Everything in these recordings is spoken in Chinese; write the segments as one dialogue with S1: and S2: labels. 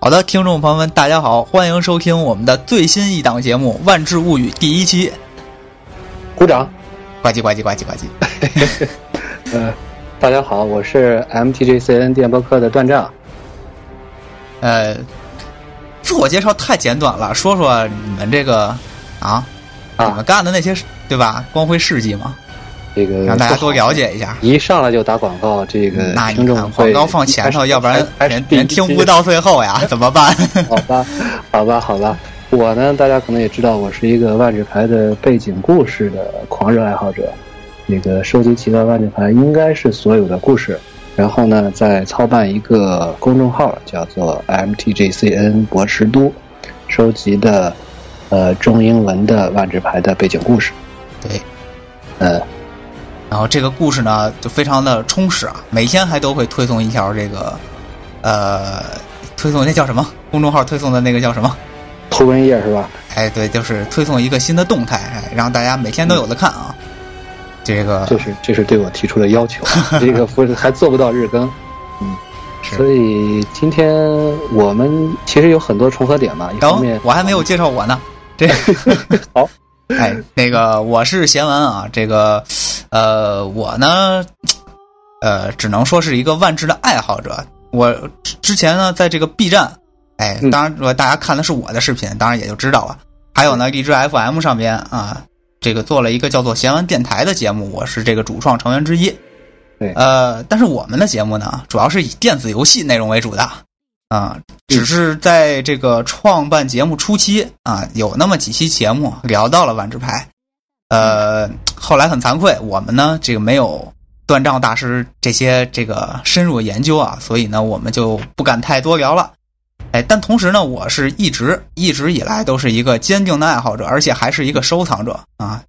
S1: 好的，听众朋友们，大家好，欢迎收听我们的最新一档节目《万智物语》第一期。
S2: 鼓掌。
S1: 呱唧呱唧呱唧呱唧。
S2: 呃，大家好，我是 MTGCN 电波课的段丈。
S1: 呃，自我介绍太简短了，说说你们这个啊，
S2: 啊
S1: 你们干的那些事对吧？光辉事迹嘛，
S2: 这个
S1: 让大家多了
S2: 解。
S1: 解一下。
S2: 一上来就打广告，这个
S1: 那
S2: 听
S1: 你
S2: 众
S1: 看广
S2: 会
S1: 告放前头，
S2: 还是
S1: 要不然
S2: 还是
S1: 人
S2: 第一
S1: 人听
S2: 期
S1: 不到最后呀， 怎么办？
S2: 好吧，好吧，好吧。我呢，大家可能也知道，我是一个万智牌的背景故事的狂热爱好者。那个收集齐了万智牌，应该是所有的故事。然后呢，再操办一个公众号，叫做 MTGCN 博识都，收集的呃中英文的万智牌的背景故事。
S1: 对，
S2: 呃，
S1: 然后这个故事呢，就非常的充实啊，每天还都会推送一条这个，呃，推送那叫什么？公众号推送的那个叫什么？
S2: 图文页是吧？
S1: 哎，对，就是推送一个新的动态，哎，让大家每天都有的看啊。这个
S2: 这是这是对我提出的要求，啊这个不是还做不到日更，嗯，
S1: 是
S2: 所以今天我们其实有很多重合点嘛，一方面
S1: 等我还没有介绍我呢，这
S2: 好，
S1: 哎，那个我是贤文啊，这个呃，我呢，呃，只能说是一个万智的爱好者。我之之前呢，在这个 B 站，哎，
S2: 嗯
S1: 当然如果大家看的是我的视频，当然也就知道了。还有呢，荔枝 FM 上边啊，这个做了一个叫做“贤文电台”的节目，我是这个主创成员之一。
S2: 对
S1: 呃，但是我们的节目呢，主要是以电子游戏内容为主的，啊，只
S2: 嗯
S1: 是在这个创办节目初期啊，有那么几期节目聊到了万智牌，呃，后来很惭愧，我们呢这个没有断账大师这些这个深入研究啊，所以呢我们就不敢太多聊了。哎，但同时呢，我是一直一直以来都是一个坚定的爱好者，而且还是一个收藏者啊。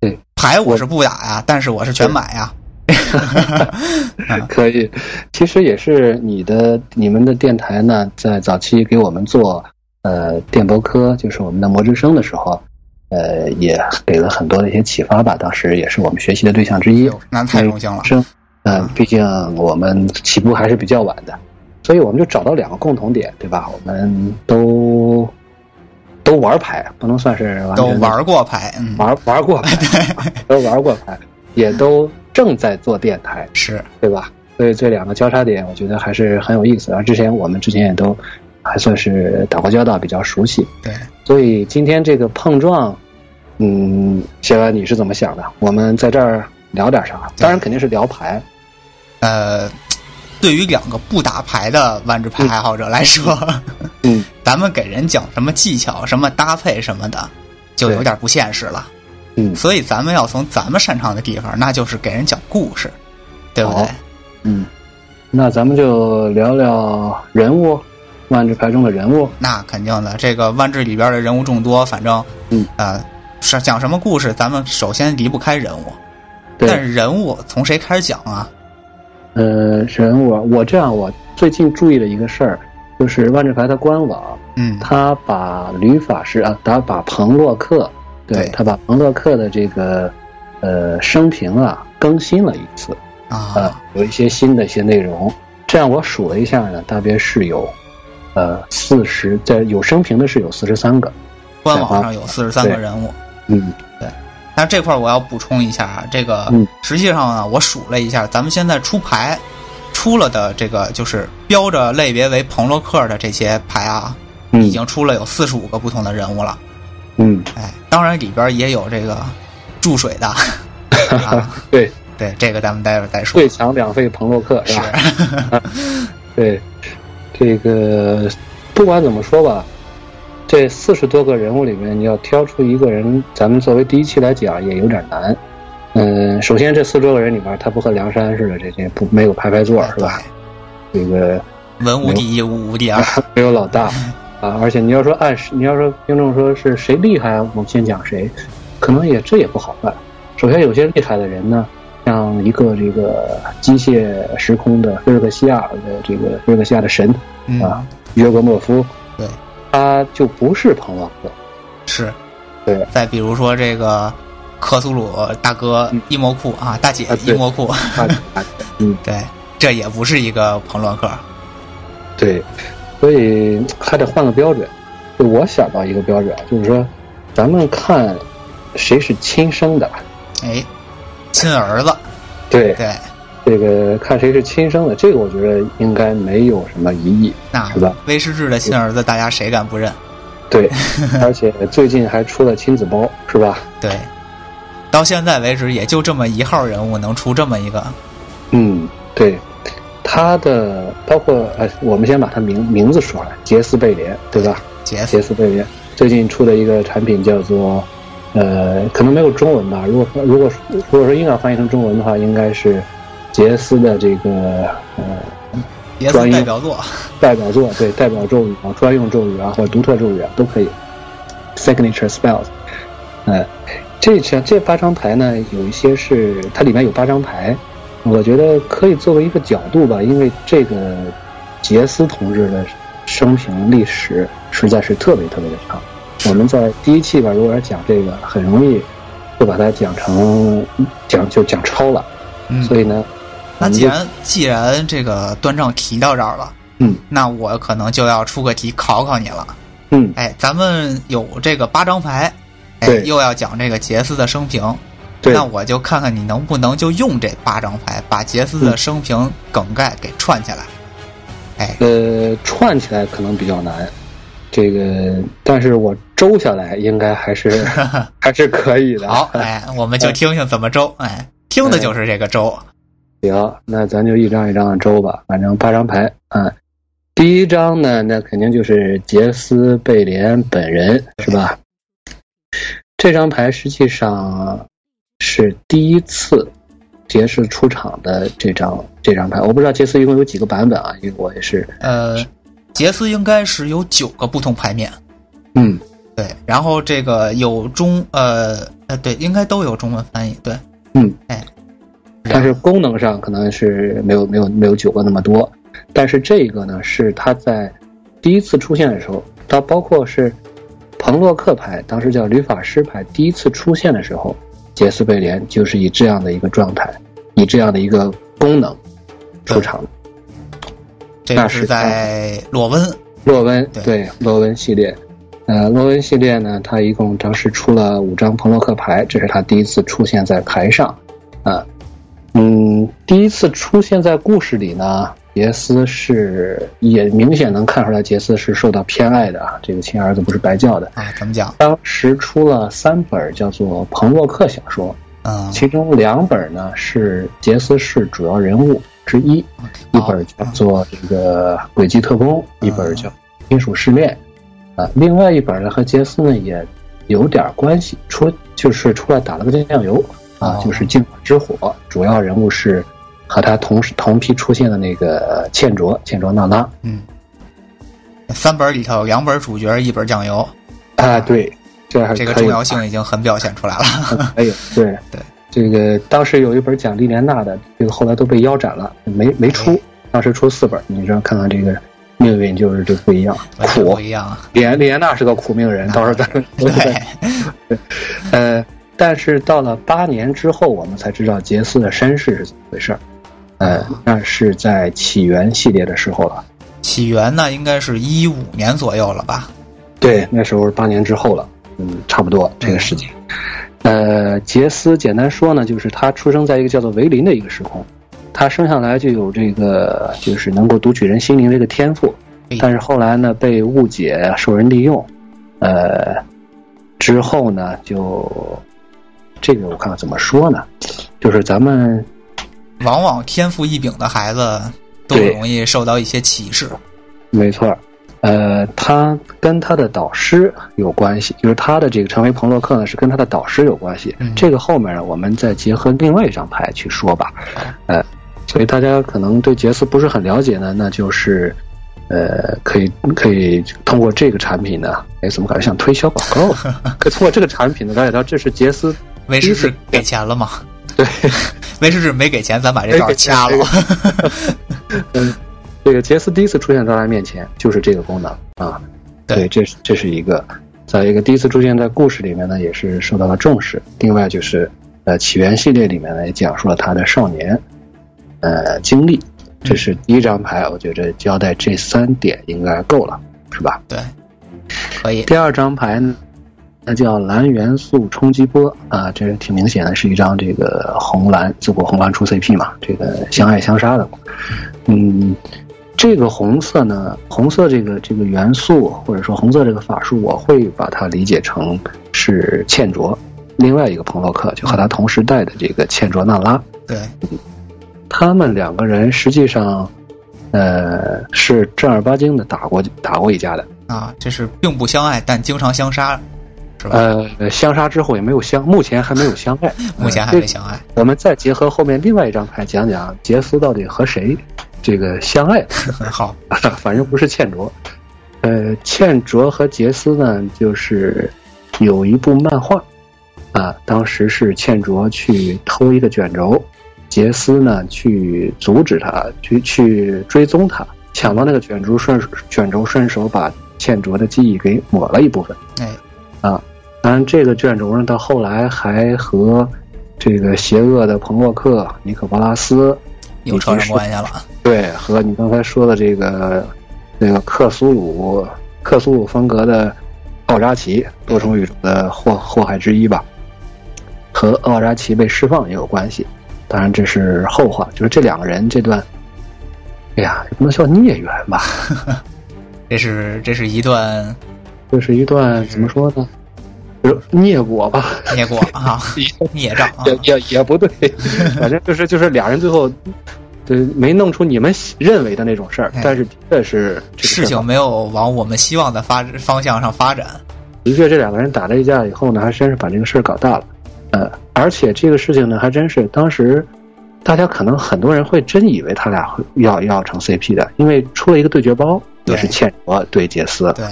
S2: 对，
S1: 牌我是不打呀，但是我是全买呀。
S2: 可以，其实也是你的你们的电台呢，在早期给我们做呃电波科，就是我们的魔之声的时候，呃，也给了很多的一些启发吧，当时也是我们学习的对象之一，
S1: 那太荣幸了。
S2: 生，嗯，毕竟我们起步还是比较晚的，所以我们就找到两个共同点，对吧？我们都都玩牌，不能算是完
S1: 都
S2: 全的
S1: 玩过牌，嗯，
S2: 玩玩过牌，都玩过牌，也都正在做电台，
S1: 是
S2: 对吧？所以这两个交叉点，我觉得还是很有意思。而之前我们之前也都还算是打过交道，比较熟悉。
S1: 对。
S2: 所以今天这个碰撞，嗯，谢安你是怎么想的？我们在这儿聊点啥？当然肯定是聊牌，
S1: 呃，对于两个不打牌的万智牌爱好者来说，
S2: 嗯，
S1: 咱们给人讲什么技巧、什么搭配什么的，就有点不现实了。
S2: 嗯
S1: 所以咱们要从咱们擅长的地方，那就是给人讲故事，对不对
S2: 好？嗯，那咱们就聊聊人物，万智牌中的人物。
S1: 那肯定的，这个万智里边的人物众多，反正，
S2: 嗯，
S1: 呃，是讲什么故事，咱们首先离不开人物。
S2: 对
S1: 但是人物从谁开始讲啊？
S2: 呃，人物啊，我这样，我最近注意了一个事儿，就是万智牌的官网，
S1: 嗯，
S2: 他把吕法师啊，他把彭洛克，
S1: 对
S2: 他把彭洛克的这个呃生平啊更新了一次，呃
S1: 啊，，
S2: 有一些新的一些内容。这样我数了一下呢，大约是有呃四十，在有生平的是有四十三个，
S1: 官网上有四十三个人物，
S2: 嗯，
S1: 但这块儿我要补充一下啊，这个
S2: 嗯
S1: 实际上呢，我数了一下，咱们现在出牌出了的这个就是标着类别为彭洛克的这些牌啊，
S2: 嗯
S1: 已经出了有四十五个不同的人物了。
S2: 嗯，
S1: 哎，当然里边也有这个注水 的，啊、
S2: 对，
S1: 对，这个咱们待会儿再说
S2: 最。强两费彭洛克是
S1: 是
S2: 吧？对，这个不管怎么说吧，这四十多个人物里面，你要挑出一个人，咱们作为第一期来讲也有点难。嗯，首先这四十多个人里面，他不和梁山似的，这这不没有排排座 是吧？这个
S1: 文无第一，武无第二，
S2: 没有老大啊，而且你要说按时你要说听众说是谁厉害，我们先讲谁，可能也这也不好办。首先有些厉害的人呢，像一个这个机械时空的菲尔克西亚的这个菲尔克西亚的神
S1: 嗯
S2: 啊，约格莫夫，
S1: 对，
S2: 他就不是彭洛克，
S1: 是。
S2: 对
S1: 再比如说这个克苏鲁大哥
S2: 嗯
S1: 伊莫库啊，大姐
S2: 啊
S1: 伊
S2: 对
S1: 莫库，
S2: 他嗯
S1: 对，这也不是一个彭洛克，
S2: 对，所以还得换个标准。就我想到一个标准，就是说，咱们看谁是亲生的，
S1: 哎，亲儿子，
S2: 对，
S1: 对，
S2: 这个看谁是亲生的，这个我觉得应该没有什么疑义，
S1: 那
S2: 是吧？
S1: 威士忌的亲儿子，大家谁敢不认？
S2: 对，而且最近还出了亲子包，是吧？
S1: 对，到现在为止，也就这么一号人物能出这么一个，
S2: 嗯，对，他的包括呃，我们先把他名名字说出来，杰斯贝莲，对吧？
S1: 杰
S2: 杰
S1: 斯，
S2: 斯贝莲最近出的一个产品叫做，呃，可能没有中文吧。如果如果如果说硬要翻译成中文的话，应该是杰斯的这个呃
S1: 杰斯
S2: 专业
S1: 代表作，
S2: 代表作，对代表咒语啊、专用咒语啊或者独特咒语啊都可以，signature spells。呃，这这这八张牌呢，有一些是它里面有八张牌，我觉得可以作为一个角度吧，因为这个杰斯同志的生平历史实在是特别特别的长。我们在第一期吧，如果要讲这个，很容易就把它讲成讲就讲超了，
S1: 嗯，
S2: 所以呢，
S1: 那
S2: 我们
S1: 既
S2: 就
S1: 然既然这个端正提到这儿了，
S2: 嗯
S1: 那我可能就要出个题考考你了。
S2: 嗯
S1: 哎，咱们有这个八张牌，哎，
S2: 对
S1: 又要讲这个杰斯的生平，
S2: 对
S1: 那我就看看你能不能就用这八张牌把杰斯
S2: 嗯
S1: 的生平梗概给串起来。哎，
S2: 呃，串起来可能比较难，这个，但是我周下来应该还是还是可以的。
S1: 好，哎，我们就听听怎么周，哎，听的就是这个周。
S2: 行，那咱就一张一张的周吧，反正八张牌啊。第一张呢，那肯定就是杰斯贝莲本人，是吧？这张牌实际上是第一次杰斯出场的这张这张牌，我不知道杰斯一共有几个版本啊，因为我也是，
S1: 呃，杰斯应该是有九个不同牌面，
S2: 嗯，
S1: 对，然后这个有中呃呃对，应该都有中文翻译，对，
S2: 嗯，
S1: 哎，
S2: 但是功能上可能是没有没有没有九个那么多，但是这个呢是它在第一次出现的时候，它包括是彭洛克牌，当时叫吕法师牌，第一次出现的时候，杰斯贝莲就是以这样的一个状态，以这样的一个功能出场。
S1: 这个
S2: 那
S1: 是
S2: 是他
S1: 在裸温，
S2: 洛温
S1: 对
S2: 对洛温系列，呃，洛温系列呢，它一共当时出了五张彭洛克牌，这是它第一次出现在牌上，啊，嗯，第一次出现在故事里呢，杰斯是也明显能看出来，杰斯是受到偏爱的啊，这个亲儿子不是白叫的。
S1: 啊，怎么讲？
S2: 当时出了三本叫做彭洛克小说，
S1: 嗯，
S2: 其中两本呢是杰斯是主要人物之一，一
S1: 好
S2: 本叫做这个《轨迹特工》，一本叫《金属试炼》，啊，另外一本呢和杰斯呢也有点关系，出就是出来打了个酱油啊
S1: 哦，
S2: 就是《禁火之火》，主要人物是和他同时同批出现的那个茜卓，茜卓娜拉
S1: 嗯，三本里头有两本主角，一本酱油，
S2: 啊，对，这还
S1: 这个
S2: 可以
S1: 重要性已经很表现出来了。
S2: 哎呦，对
S1: 对，
S2: 这个当时有一本讲莉莲娜的，这个后来都被腰斩了，没没
S1: 嗯
S2: 出，当时出四本，你知道看看这个命运就是这不一样，
S1: 完全
S2: 苦
S1: 不。一样，啊
S2: 莉莲莉莲娜是个苦命人，到时 候咱们
S1: 对，
S2: 呃，但是到了八年之后，我们才知道杰斯的身世是怎么回事儿。呃，
S1: 嗯
S2: 那是在起源系列的时候了。
S1: 起源呢应该是一五年左右了吧？
S2: 对，那时候是八年之后了，嗯，差不多这个时间。呃，杰斯简单说呢，就是他出生在一个叫做维林的一个时空，他生下来就有这个就是能够读取人心灵这个天赋
S1: 哎，
S2: 但是后来呢被误解，受人利用，呃，之后呢就这个我看看怎么说呢，就是咱们
S1: 往往天赋异禀的孩子都
S2: 对
S1: 容易受到一些歧视。
S2: 没错儿，呃，他跟他的导师有关系，就是他的这个成为彭洛克呢是跟他的导师有关系。
S1: 嗯
S2: 这个后面呢，我们再结合另外一张牌去说吧。呃，所以大家可能对杰斯不是很了解呢，那就是。呃，可以可以通过这个产品呢，哎，怎么感觉像推销广告啊？可以通过这个产品呢，了解到这是杰斯
S1: 维
S2: 第
S1: 士
S2: 一次
S1: 是给钱了吗？
S2: 对，
S1: 维士是没给钱，咱把这段掐了
S2: 没给。这个杰斯第一次出现在大家面前，就是这个功能啊。
S1: 对
S2: 对，这是这是一个，再一个第一次出现在故事里面呢，也是受到了重视。另外就是，呃，起源系列里面呢也讲述了他的少年，呃，经历。这是第一张牌，我觉得交代这三点应该够了，是吧？
S1: 对，可以。
S2: 第二张牌呢，那叫蓝元素冲击波啊，这是挺明显的，是一张这个红蓝自古红蓝出 CP 嘛，这个相爱相杀的。嗯，这个红色呢，红色这个这个元素或者说红色这个法术，我会把它理解成是茜卓，另外一个彭洛克，就和他同时代的这个茜卓纳拉。
S1: 对，
S2: 他们两个人实际上，呃，是正儿八经的打过打过一架的。
S1: 啊，这是并不相爱，但经常相杀，是吧？
S2: 呃，相杀之后也没有相，目前还没有相爱，
S1: 目前还
S2: 呃
S1: 没相爱。
S2: 我们再结合后面另外一张牌讲讲杰斯到底和谁这个相爱，
S1: 很 好，
S2: 反正不是倩卓。呃，倩卓和杰斯呢，就是有一部漫画啊，当时是倩卓去偷一个卷轴，杰斯呢去阻止他，去去追踪他，抢到那个卷轴顺卷轴顺手把倩卓的记忆给抹了一部分。
S1: 哎，
S2: 当然，这个卷轴呢，到后来还和这个邪恶的彭洛克、尼可波拉斯，
S1: 又扯上关系了。
S2: 对，和你刚才说的这个这个克苏鲁克苏鲁风格的奥扎奇，多重宇宙的祸祸害之一吧，和奥扎奇被释放也有关系。当然，这是后话，就是这两个人这段，哎呀，也不能叫孽缘吧，
S1: 这是这是一段
S2: 这是一段怎么说呢，就是孽果吧。
S1: 孽果 啊，孽障啊
S2: 也，也也不 对，反正就是就是俩人最后，对没弄出你们认为的那种事儿
S1: 哎，
S2: 但是的确是这个
S1: 事
S2: 儿
S1: 情没有往我们希望的发方向上发展。
S2: 的确这两个人打了一架以后呢，还真是把这个事儿搞大了，呃，而且这个事情呢，还真是当时大家可能很多人会真以为他俩会要要成 CP 的，因为出了一个对决包，
S1: 对
S2: 也是倩卓对杰斯，
S1: 对，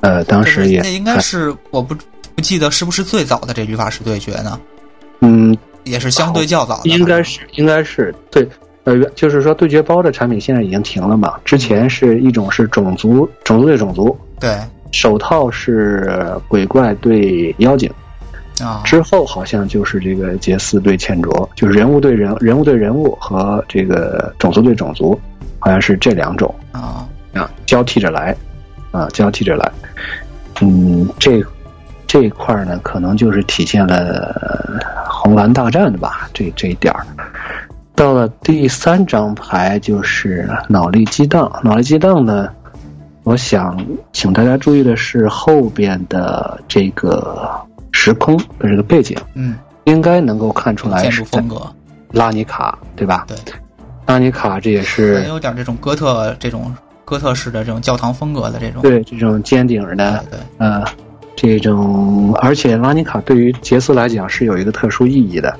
S2: 呃，当时也
S1: 那应该是我不不记得是不是最早的这律法师对决呢？
S2: 嗯，
S1: 也是相对较早的，
S2: 哦应该是应该是对，呃，就是说对决包的产品现在已经停了嘛，
S1: 嗯
S2: 之前是一种是种族种族对种族，
S1: 对
S2: 手套是鬼怪对妖精，
S1: 啊，
S2: 之后好像就是这个杰斯对倩卓，就是人物对人人物对人物和这个种族对种族，好像是这两种
S1: 啊，
S2: 啊交替着来，啊交替着来，嗯，这这一块儿呢，可能就是体现了呃红蓝大战的吧，这这一点儿。到了第三张牌就是脑力激荡，脑力激荡呢，我想请大家注意的是后边的这个时空的这个背景，
S1: 嗯，
S2: 应该能够看出来
S1: 建
S2: 是
S1: 筑
S2: 在
S1: 风格，
S2: 拉尼卡，对吧？
S1: 对，
S2: 拉尼卡这也
S1: 很
S2: 是
S1: 有点这种哥特这种哥特式的这种教堂风格的这种，
S2: 对这种尖顶儿的
S1: 对对，
S2: 呃，这种，而且拉尼卡对于杰斯来讲是有一个特殊意义的。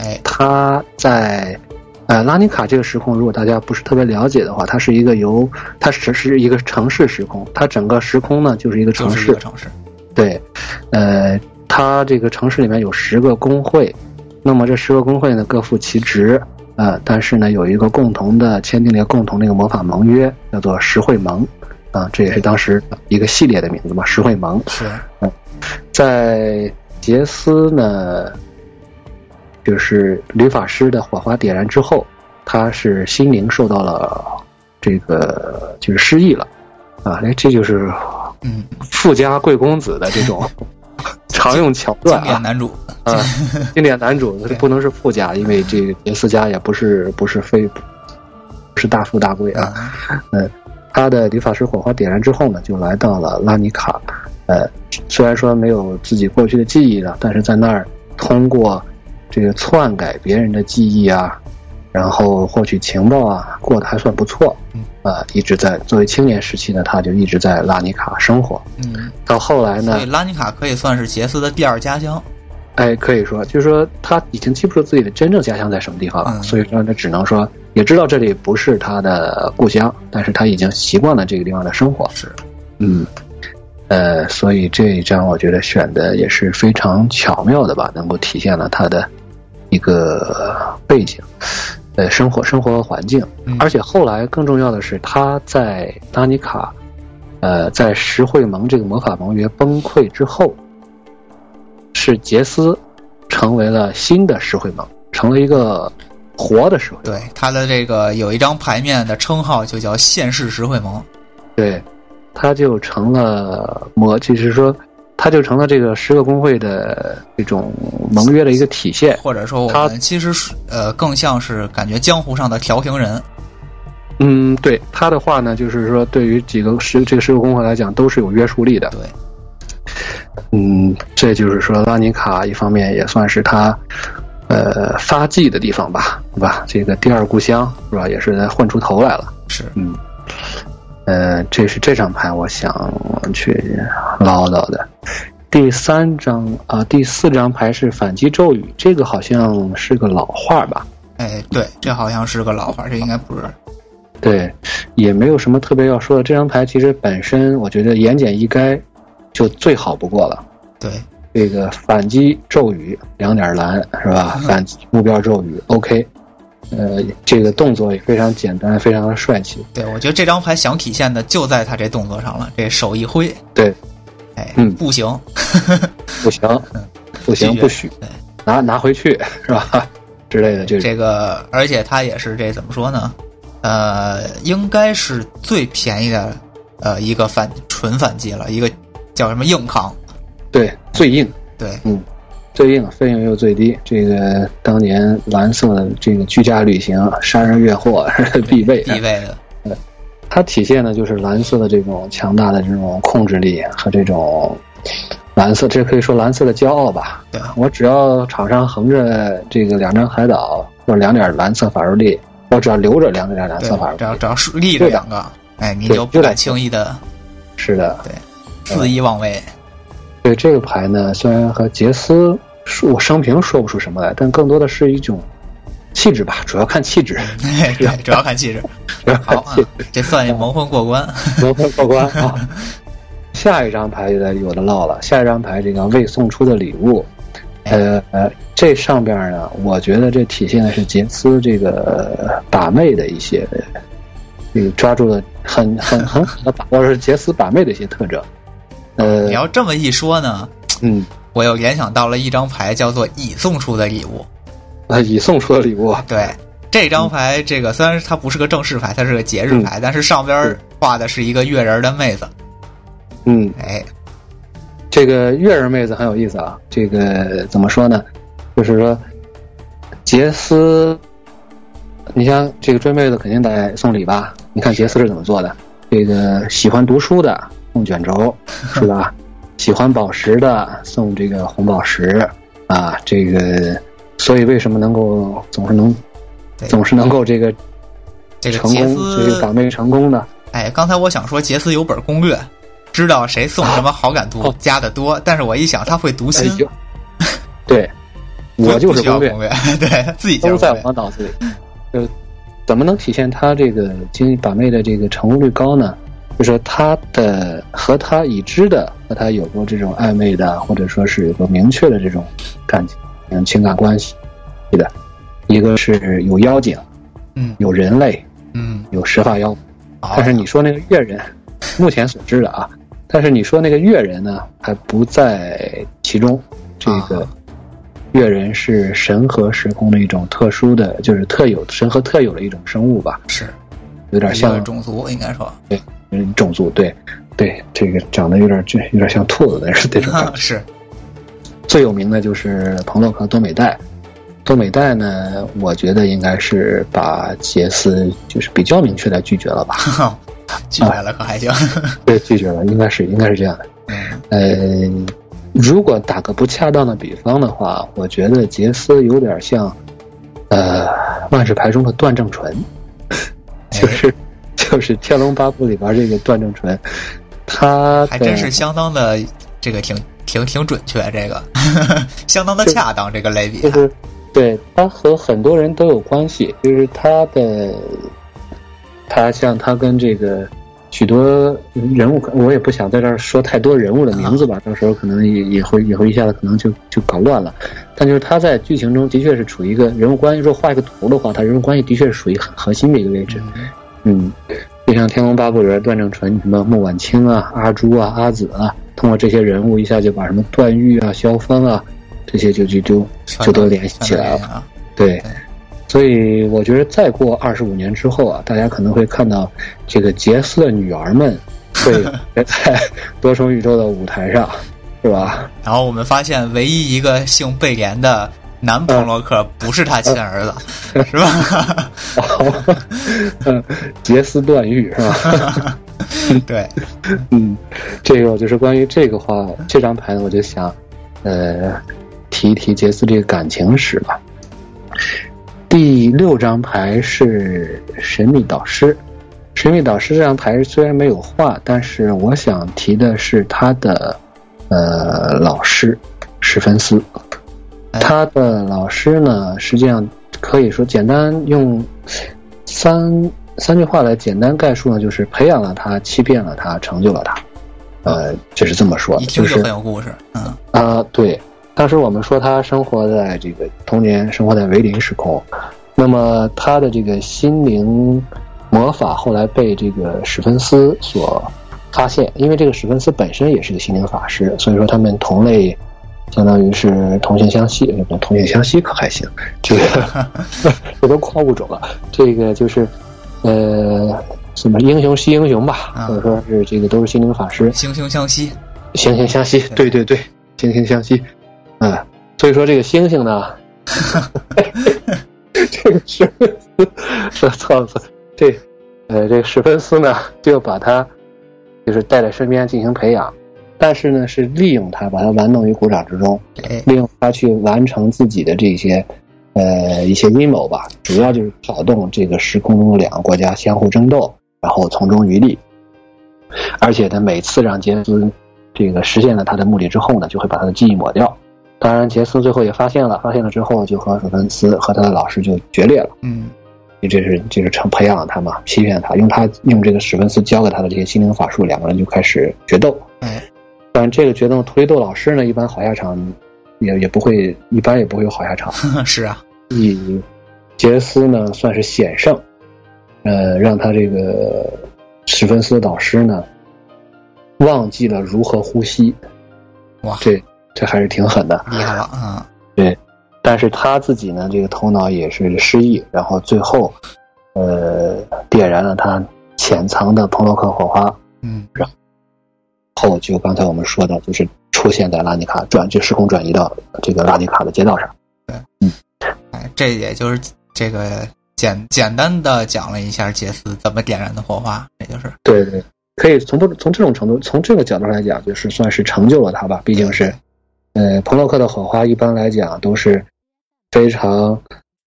S1: 哎，
S2: 他在呃拉尼卡这个时空，如果大家不是特别了解的话，它是一个由它只是一个城市时空，它整个时空呢就是一个
S1: 就
S2: 城
S1: 是
S2: 市
S1: 一个，城市，
S2: 对，呃，它这个城市里面有十个工会，那么这十个工会呢各负其职，呃，但是呢有一个共同的签订了一个共同的一个魔法盟约，叫做石会盟，啊、这也是当时一个系列的名字嘛，石会盟。
S1: 是
S2: 在杰斯呢，就是吕法师的火花点燃之后，他是心灵受到了这个就是失忆了啊，哎，这就是
S1: 嗯，
S2: 富家贵公子的这种常用桥段
S1: 经典
S2: 啊。
S1: 男主，
S2: 啊，经典男主
S1: 对
S2: 不能是富家，因为这个杰斯家也不是不是非不是大富大贵啊。
S1: 啊
S2: 他的理发师火花点燃之后呢，就来到了拉尼卡。呃，虽然说没有自己过去的记忆了，但是在那儿通过这个篡改别人的记忆啊，然后获取情报啊，过得还算不错
S1: 嗯。
S2: 啊、一直在作为青年时期呢，他就一直在拉尼卡生活。
S1: 嗯，
S2: 到后来呢
S1: 所以，拉尼卡可以算是杰斯的第二家乡，
S2: 哎，可以说，就是说他已经记不住自己的真正家乡在什么地方了，
S1: 嗯
S2: 所以说他只能说，也知道这里不是他的故乡，但是他已经习惯了这个地方的生活。
S1: 是
S2: 嗯，呃，所以这一张我觉得选的也是非常巧妙的吧，能够体现了他的一个背景，呃，生活生活环境，
S1: 嗯
S2: 而且后来更重要的是，他在拉尼卡，呃，在石会盟这个魔法盟约崩溃之后，是杰斯成为了新的石会盟，成了一个活的社会
S1: 对，它的这个有一张牌面的称号就叫现世石会盟。
S2: 对，它就成了魔，就是说，它就成了这个十个工会的这种盟约的一个体现。
S1: 或者说我
S2: 他
S1: 们其实是呃更像是感觉江湖上的调停人，
S2: 嗯，对他的话呢，就是说，对于几个十这个十个工会来讲，都是有约束力的。
S1: 对，
S2: 嗯，这就是说，拉尼卡一方面也算是他，呃，发迹的地方吧，对吧？这个第二故乡是吧，也是混出头来了。
S1: 是
S2: 呃，这是这张牌我想去唠叨的。第三张啊、第四张牌是反击咒语，这个好像是个老话吧？
S1: 哎，对，这好像是个老话，这应该不是
S2: 对，也没有什么特别要说的。这张牌其实本身我觉得言简意赅，就最好不过了。
S1: 对，
S2: 这个反击咒语两点蓝是吧？反击目标咒语 OK，呃，这个动作也非常简单，非常的帅气。
S1: 对，我觉得这张牌想体现的就在他这动作上了，这手一挥，
S2: 对，
S1: 哎，
S2: 嗯
S1: 不行，
S2: 不行，不行，
S1: 嗯拒绝
S2: 不许
S1: 对，
S2: 拿拿回去是吧？之类的这种。
S1: 这个，而且它也是这怎么说呢？呃，应该是最便宜的，呃，一个反纯反击了，一个叫什么硬扛，
S2: 对，最硬，
S1: 对，
S2: 最硬，费用又最低。这个当年蓝色的这个居家旅行、杀人越货必备。
S1: 必备的，
S2: 它体现的就是蓝色的这种强大的这种控制力和这种蓝色，这可以说蓝色的骄傲吧。
S1: 对啊
S2: 我只要场上横着这个两张海岛或者两点蓝色法术力，我只要留着两点蓝
S1: 对
S2: 色法，术
S1: 只
S2: 力
S1: 要，只要是立着两个，哎，你就不敢轻易的
S2: 是的，嗯
S1: 肆意妄为，
S2: 对这个牌呢，虽然和杰斯说我生平说不出什么来，但更多的是一种气质吧，主要看气质，
S1: 对， 主要看气质。
S2: 主要看
S1: 好啊
S2: 气质，
S1: 这算蒙混过 关，
S2: 能不能 过关啊？下一张牌就得有的唠了，下一张牌这个未送出的礼物，
S1: 哎
S2: 呃呃，这上边呢，我觉得这体现的是杰斯这个把妹的一些，这个抓住了很很很好的把握是杰斯把妹的一些特征，呃
S1: 你，要这么一说呢，
S2: 嗯，
S1: 我又联想到了一张牌，叫做“已送出的礼物
S2: 啊，已送出的礼物，”。
S1: 对，这
S2: 嗯
S1: 张牌，这个虽然它不是个正式牌，它是个节日牌，但是上边画的是一个月人的妹子。
S2: 嗯，
S1: 哎，
S2: 这个月儿妹子很有意思啊，这个怎么说呢？就是说，杰斯，你像这个追妹子肯定得送礼吧？你看杰斯是怎么做的？这个喜欢读书的送卷轴，是吧？喜欢宝石的送这个红宝石啊，这个，所以为什么能够总是能
S1: 对
S2: 总是能够这个
S1: 这个
S2: 成
S1: 杰
S2: 功，这个
S1: 斯，
S2: 把妹成功呢？
S1: 哎，刚才我想说杰斯有本攻略，知道谁送什么好感度
S2: 哦
S1: 加的多，但是我一想他会读
S2: 哎
S1: 心，
S2: 呦，对，
S1: 不
S2: 我就
S1: 不
S2: 是
S1: 需要
S2: 攻略。
S1: 略， 对自己
S2: 都
S1: 就是
S2: 在
S1: 攻
S2: 我
S1: 略。
S2: 的脑子里。就是怎么能体现他这个经济把妹的这个成功率高呢？就说他的和他已知的和他有过这种暧昧的，或者说是有过明确的这种感情嗯情感关系的，一个是有妖精，
S1: 嗯
S2: 有人类，
S1: 嗯，
S2: 有石发妖，
S1: 好
S2: 但，是你说那个越人，目前所知的啊，但是你说那个越人呢，还不在其中。这个
S1: 啊
S2: 越人是神和时空的一种特殊的，就是特有神和特有的一种生物吧，
S1: 是
S2: 有点
S1: 一个
S2: 像啊
S1: 种族应该说，。
S2: 嗯种族。对，对，这个长得有点这有点像兔子的是这种感 觉
S1: 是
S2: 最有名的就是彭洛克和多美代。多美代呢，我觉得应该是把杰斯就是比较明确的拒绝了吧？
S1: 拒绝了可还行。
S2: 对，拒绝了，应该是应该是这样的。
S1: 嗯
S2: 呃，如果打个不恰当的比方的话，我觉得杰斯有点像，呃，万智牌中的段正淳，
S1: 哎
S2: 就是、就是《天龙八部》里边这个段正淳，他的
S1: 还真是相当的这个挺挺挺准确，这个 相当的恰当，这个类比啊
S2: 就，是对他和很多人都有关系，就是他的，他像他跟这个许多人物，我也不想在这儿说太多人物的名字吧，到时候可能也也会也会一下子可能就就搞乱了。但就是他在剧情中的确是处于一个人物关系，如果画一个图的话，他人物关系的确是属于很核心的一个位置。
S1: 嗯
S2: 嗯，就像《天龙八部》里边段正淳、什么穆婉清啊、阿朱啊、阿紫啊，通过这些人物一下就把什么段誉啊、萧峰啊这些就就就
S1: 全
S2: 就
S1: 都
S2: 都联系起来了。
S1: 啊。
S2: 对，所以我觉得再过二十五年之后啊，大家可能会看到这个杰斯的女儿们会 在多重宇宙的舞台上，是吧？
S1: 然后我们发现，唯一一个姓贝莲的男彭洛克不是他亲儿子，是吧？
S2: 嗯，杰斯段誉是吧？
S1: 对，
S2: 嗯，这个我就是关于这个话，这张牌呢，我就想，呃，提一提杰斯这个感情史吧。第六张牌是神秘导师，神秘导师这张牌虽然没有画，但是我想提的是他的呃老师史芬斯，
S1: 哎
S2: 他的老师呢，实际上可以说简单用三三句话来简单概述呢，就是培养了他，欺骗了他，成就了他，呃，就是这么说的，
S1: 一听
S2: 就
S1: 就是很有故事。嗯，
S2: 啊，对，当时我们说他生活在这个童年生活在维林时空，那么他的这个心灵魔法后来被这个史芬斯所发现，因为这个史芬斯本身也是个心灵法师，所以说他们同类。相当于是同性相吸，也不同性相吸可还行，这个这都跨物种了。这个就是，呃，什么英雄惜英雄吧，
S1: 啊
S2: 或者说是这个都是心灵法师。
S1: 惺惺相惜。
S2: 惺惺相惜，对对对，惺惺相惜，嗯，所以说这个星星 呢，这个史芬斯，说错了，错了 这呃这个史芬斯呢，就把他就是带在身边进行培养，但是呢是利用他，把他玩弄于股掌之中，
S1: 哎，
S2: 利用他去完成自己的这些呃一些阴谋吧，主要就是挑动这个时空中的两个国家相互争斗，然后从中渔利。而且呢，每次让杰斯这个实现了他的目的之后呢，就会把他的记忆抹掉。当然，杰斯最后也发现了，发现了之后就和史芬斯和他的老师就决裂了。
S1: 嗯，
S2: 这是这是成培养了他嘛，欺骗他，用他用这个史芬斯教给他的这些心灵法术，两个人就开始决斗。
S1: 哎，
S2: 当然，这个决斗图雷斗老师呢，一般好下场也也不会，一般也不会有好下 场。
S1: 是啊，
S2: 以杰斯呢算是险胜，呃，让他这个史芬斯导师呢忘记了如何呼吸，
S1: 哇，
S2: 这这还是挺狠的。
S1: 厉害了啊！
S2: 但是他自己呢，这个头脑也是失忆，然后最后，呃，点燃了他潜藏的彭洛克火花
S1: 嗯，
S2: 啊后，就刚才我们说的，就是出现在拉尼卡转这时空转移到这个拉尼卡的街道上。
S1: 哎，这也就是这个简简单的讲了一下杰斯怎么点燃的火花，这就是
S2: 对对，可以从不从这种程度，从这个角度来讲，就是算是成就了他吧。毕竟是，呃，彭洛克的火花一般来讲都是非常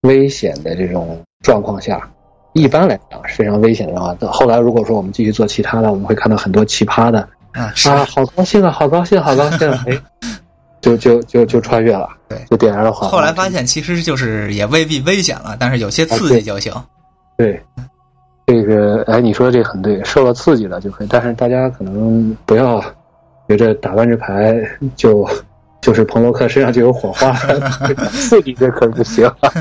S2: 危险的这种状况下，一般来讲是非常危险的啊。后来如果说我们继续做其他的，我们会看到很多奇葩的
S1: 啊，是
S2: 啊，好高兴啊，好高兴，好高兴， 哎，就就就就穿越了，
S1: 对
S2: 就点燃了火花。
S1: 后来发现其实就是也未必危险了，但是有些刺激就行。
S2: 对，这个哎，你说的这很对，受了刺激了就可以，但是大家可能不要觉着打万智牌就就是彭洛克身上就有火花， 刺激这可不行啊。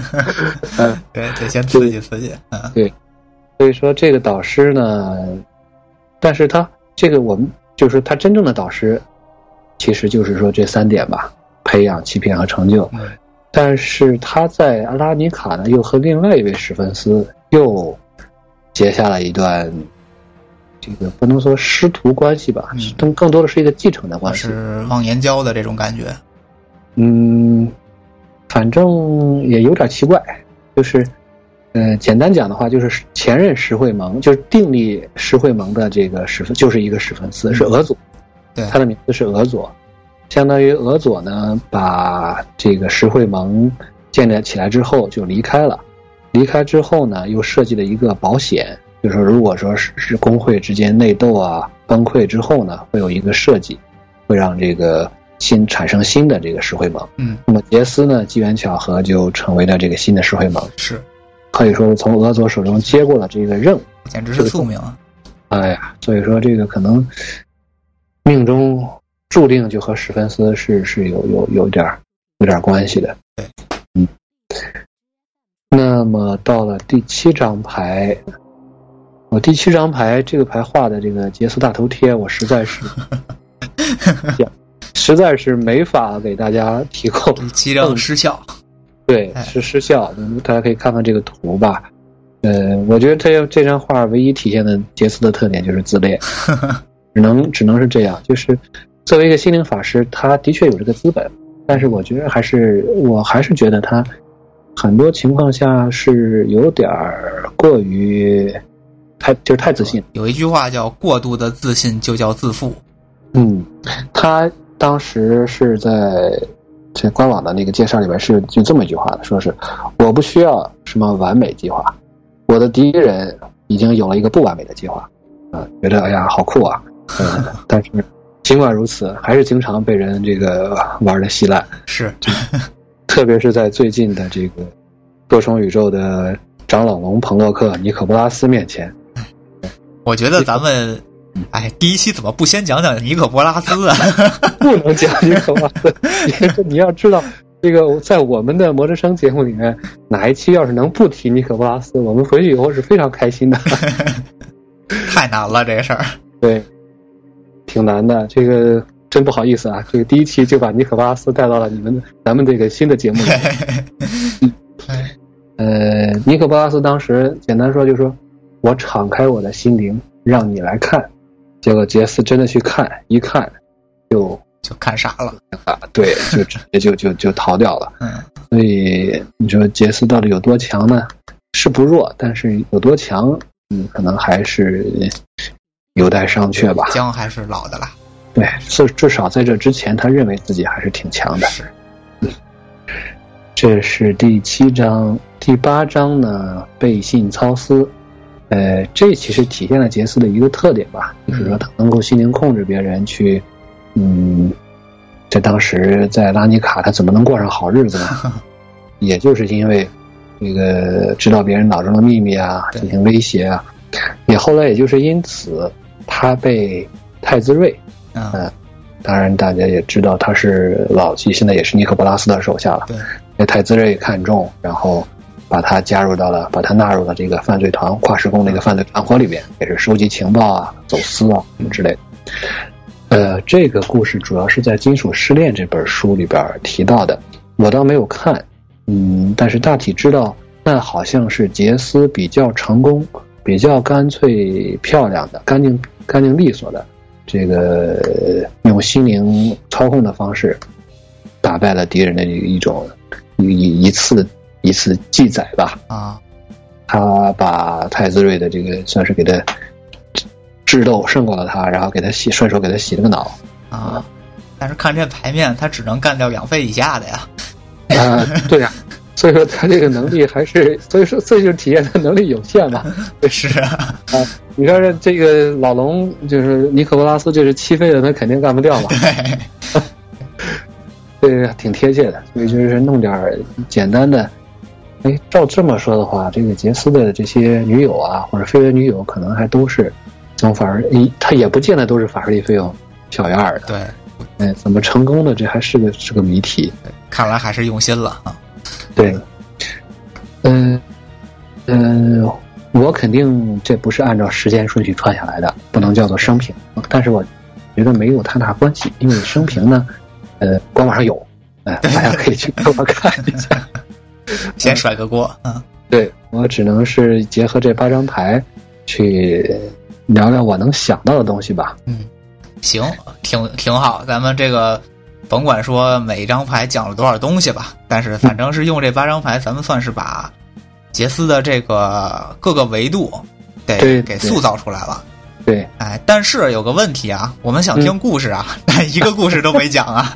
S2: 嗯，
S1: 对，得先刺激刺激。嗯，
S2: 所以说这个导师呢，但是他这个我们就是他真正的导师，其实就是说这三点吧：培养、欺骗和成就。
S1: 嗯
S2: 但是他在阿拉尼卡呢，又和另外一位史芬斯又结下了一段，这个不能说师徒关系吧
S1: 嗯，啊
S2: 更、更多的是一个继承的关系。
S1: 是忘年交的这种感觉。
S2: 嗯，反正也有点奇怪，就是，呃，简单讲的话，就是前任石会盟，就是定立石会盟的这个史芬，就是一个史芬斯，是俄佐，
S1: 对
S2: 他的名字是俄佐，相当于俄佐呢把这个石会盟建立起来之后就离开了，离开之后呢又设计了一个保险，就是说如果说是是工会之间内斗啊崩溃之后呢，会有一个设计，会让这个新产生新的这个石灰盟。
S1: 嗯，
S2: 那么杰斯呢，机缘巧合就成为了这个新的石灰盟，
S1: 是，
S2: 可以说是从俄佐手中接过了这个任务。
S1: 简直是宿命啊！
S2: 哎呀，所以说这个可能命中注定就和史芬斯是是有有有点儿有点儿关系的。
S1: 对，
S2: 嗯。那么到了第七张牌，我第七张牌这个牌画的这个杰斯大头贴，我实在是实在是没法给大家提供
S1: 嗯第七张失效，
S2: 对，
S1: 哎
S2: 是失效。那么大家可以看看这个图吧。呃，我觉得这这张画唯一体现的杰斯的特点就是自恋，只能只能是这样。就是作为一个心灵法师，他的确有这个资本，但是我觉得还是我还是觉得他很多情况下是有点儿过于太就是太自信了。
S1: 有一句话叫“过度的自信就叫自负
S2: 嗯，他当时是在这官网的那个介绍里边是就这么一句话的，说是我不需要什么完美计划，我的敌人已经有了一个不完美的计划，啊、觉得哎呀好酷啊，嗯，但是尽管如此，还是经常被人这个玩的稀烂，”，
S1: 是
S2: 特别是在最近的这个多重宇宙的长老龙彭洛克尼可波拉斯面前，
S1: 我觉得咱们，哎，第一期怎么不先讲讲尼可波拉斯啊？
S2: 不能讲尼可波拉斯，你你要知道，这个在我们的《魔之声》节目里面，哪一期要是能不提尼可波拉斯，我们回去以后是非常开心的。
S1: 太难了，这个事儿。
S2: 对，挺难的，这个真不好意思啊，这个第一期就把尼可波拉斯带到了你们咱们这个新的节 目里。
S1: 嗯哎
S2: 呃，尼可波拉斯当时简单说就说，我敞开我的心灵，让你来看。结果杰斯真的去看，一看就
S1: 就看傻了，
S2: 啊，对，就直接就就就逃掉了。
S1: 嗯，
S2: 所以你说杰斯到底有多强呢？是不弱，但是有多强，嗯，可能还是有待商榷吧。
S1: 姜还是老的辣，
S2: 对，至至少在这之前，他认为自己还是挺强的。
S1: 是
S2: 这是第七章，第八章呢，背信操私。呃，这其实体现了杰斯的一个特点吧，就是说他能够心灵控制别人，去，嗯，在当时在拉尼卡，他怎么能过上好日子呢？也就是因为这个知道别人脑中的秘密啊，
S1: 对
S2: 进行威胁啊，也后来也就是因此，他被太子睿，
S1: 嗯，
S2: 嗯，当然大家也知道他是老季，现在也是尼可波拉斯的手下了。
S1: 对，
S2: 被太子睿看中，然后把他加入到了，把他纳入了这个犯罪团跨时空的一个犯罪团伙里面，也是收集情报啊、走私啊什么之类的。呃，这个故事主要是在《金属失恋》这本书里边提到的，我倒没有看，嗯，但是大体知道，那好像是杰斯比较成功、比较干脆、漂亮的、干净、干净利索的，这个呃用心灵操控的方式打败了敌人的一一种一一一次一次记载吧。
S1: 啊，
S2: 他把太子睿的这个算是给他智斗胜过了他，然后给他洗顺手给他洗了个脑。
S1: 啊，但是看这牌面，他只能干掉两费以下的呀。
S2: 啊， 对呀、所以说他这个能力还是，所以说这就是体现他能力有限嘛。
S1: 是啊，
S2: 你说这这个老龙就是尼可波拉斯，这是七费的，他肯定干不掉嘛。
S1: 对，
S2: 这个挺贴切的，所以就是弄点儿简单的。哎，照这么说的话，这个杰斯的这些女友啊，或者绯闻女友，可能还都是从法尔，一他也不见得都是法尔利菲佣小于二 的。
S1: 对，
S2: 哎，怎么成功的？这还是个是个谜题。
S1: 看来还是用心了啊。
S2: 对，嗯、嗯、我肯定这不是按照时间顺序串下来的，不能叫做生平。但是我觉得没有太大关系，因为生平呢，呃，官网上有，哎、大家可以去 官网看一下。
S1: 先甩个锅，嗯，
S2: 对我只能是结合这八张牌去聊聊我能想到的东西吧。
S1: 行，挺挺好。咱们这个甭管说每一张牌讲了多少东西吧，但是反正是用这八张牌，咱们算是把杰斯的这个各个维度给
S2: 对
S1: 给
S2: 对
S1: 塑造出来了。
S2: 对，
S1: 哎，但是有个问题啊，我们想听故事啊，但一个故事都没讲啊。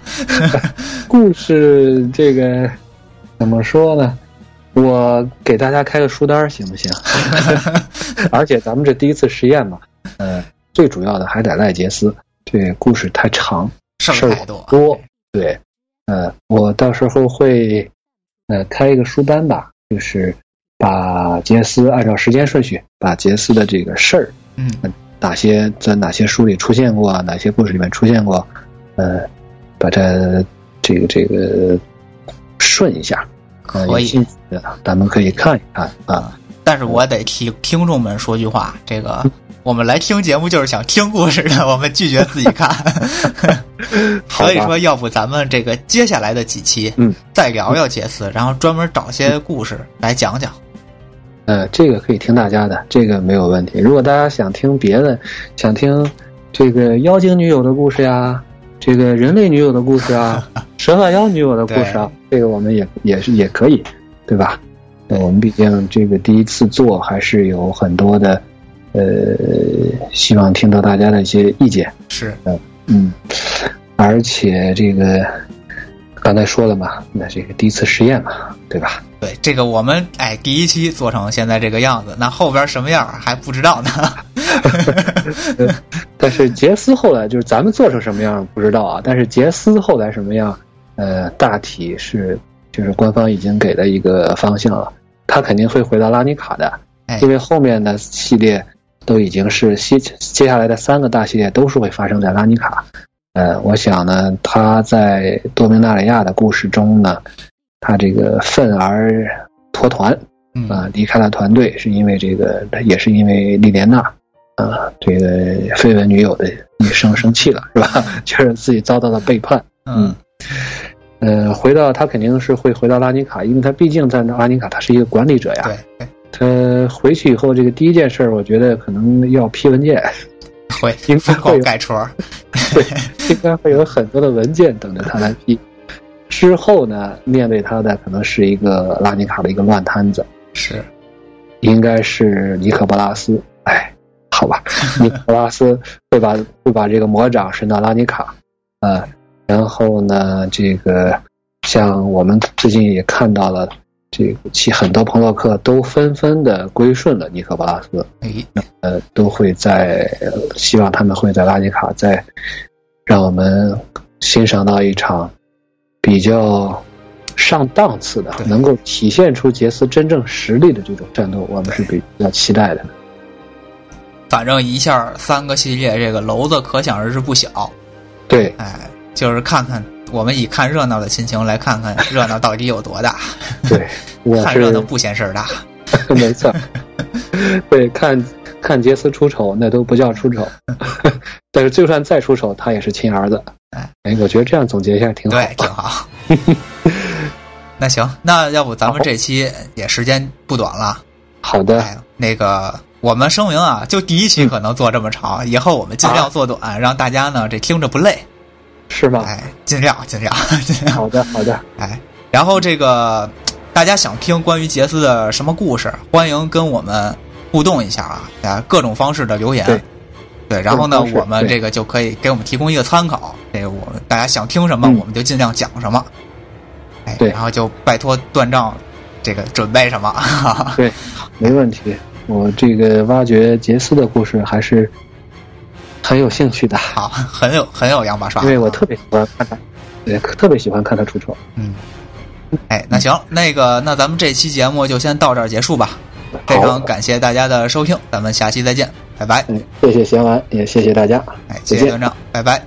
S2: 故事这个怎么说呢？我给大家开个书单儿行不 行？而且咱们这第一次实验嘛，呃，最主要的还得赖杰斯，这故事太长
S1: 事
S2: 事
S1: 儿
S2: 儿
S1: 太多，
S2: 多。对，呃，我到时候会呃开一个书单吧，就是把杰斯按照时间顺序，把杰斯的这个事儿
S1: 嗯，
S2: 哪些在哪些书里出现过，哪些故事里面出现过，呃，把它这个这个顺一下，
S1: 可
S2: 呃有
S1: 以。
S2: 兴趣的咱们可以看一看啊。嗯
S1: 但是我得替听众们说句话，这个我们来听节目就是想听故事的，我们拒绝自己 看。
S2: 好吧
S1: 所以说，要不咱们这个接下来的几期，
S2: 嗯，
S1: 再聊聊杰斯，然后专门找些故事来讲讲。
S2: 呃，这个可以听大家的，这个没有问题。如果大家想听别的，想听这个妖精女友的故事呀，这个人类女友的故事啊，蛇发妖女友的故事啊，这个我们也也是也可以，对吧？呃我们毕竟这个第一次做，还是有很多的，呃，希望听到大家的一些意见。
S1: 是，
S2: 嗯，而且这个刚才说了嘛，那这个第一次实验嘛，对吧？
S1: 对这个我们哎，第一期做成现在这个样子，那后边什么样儿还不知 道呢。
S2: 但是杰斯后来就是咱们做成什么样不知道啊，但是杰斯后来什么样，呃，大体是就是官方已经给了一个方向了，他肯定会回到拉尼卡的
S1: 哎，
S2: 因为后面的系列都已经是接接下来的三个大系列都是会发生在拉尼卡。呃，我想呢，他在多明纳里亚的故事中呢，他这个愤而脱团，
S1: 嗯，
S2: 啊，离开了团队是因为这个，也是因为莉莲娜啊，这个绯闻女友的一生生气了，是吧？ 就是自己遭到了背叛。
S1: 嗯，
S2: 呃，回到他肯定是会回到拉尼卡，因为他毕竟在拉尼卡，他是一个管理者呀。
S1: 对对，
S2: 他回去以后，这个第一件事儿，我觉得可能要批文件，
S1: 会
S2: 应该
S1: 疯
S2: 会
S1: 狂
S2: 有
S1: 盖戳儿。
S2: 应该会有很多的文件等着他来批。之后呢，面对他的可能是一个拉尼卡的一个乱摊子。
S1: 是，
S2: 应该是尼可波拉斯。哎，好吧，尼可波拉斯会把会把这个魔掌伸到拉尼卡，呃，然后呢，这个像我们最近也看到了，这个其很多朋洛克都纷纷的归顺了尼可波拉斯，
S1: 哎，
S2: 呃，都会在呃希望他们会在拉尼卡再让我们欣赏到一场比较。上档次的，
S1: 对
S2: 能够体现出杰斯真正实力的这种战斗，我们是比较期待 的。
S1: 反正一下儿三个系列，这个娄子可想而知不小。
S2: 对，
S1: 哎，就是看看我们以看热闹的心情来看看热闹到底有多大，
S2: 对，我
S1: 看
S2: 是
S1: 热闹不嫌事儿大。
S2: 没 错。对，看看杰斯出丑，那都不叫 出丑。但是就算再出丑，他也是亲儿子。
S1: 哎
S2: 哎，我觉得这样总结一下挺好。
S1: 对，挺好。 那行，那要不咱们这期也时间不短了，
S2: 好的，
S1: 哎，那个我们声明啊，就第一
S2: 嗯
S1: 期可能做这么长，以后我们尽
S2: 啊
S1: 量做短，让大家呢这听着不累，
S2: 是吗？
S1: 哎，尽量尽量尽量，
S2: 好的，好的，
S1: 哎，然后这个大家想听关于杰斯的什么故事，欢迎跟我们互动一下啊，啊，各种方式的留言。
S2: 对
S1: 对然后呢，
S2: 各种方式
S1: 我们这个就可以给我们提供一个参考。这个我们大家想听什么，
S2: 嗯
S1: 我们就尽量讲什么。哎，
S2: 对
S1: 然后就拜托断账，这个准备什么？ 哈哈
S2: 对，没问题。我这个挖掘杰斯的故事还是很有兴趣的，
S1: 好，很有很有样把刷。
S2: 因为我特别喜欢看他，对，特别喜欢看他出丑。
S1: 嗯，哎，那行，那个那咱们这期节目就先到这儿结束吧。非
S2: 好
S1: 常感谢大家的收听，咱们下期再见，拜拜。
S2: 嗯，谢谢贤完，也谢谢大家。
S1: 哎，谢
S2: 再
S1: 谢
S2: 见
S1: 团长，拜拜。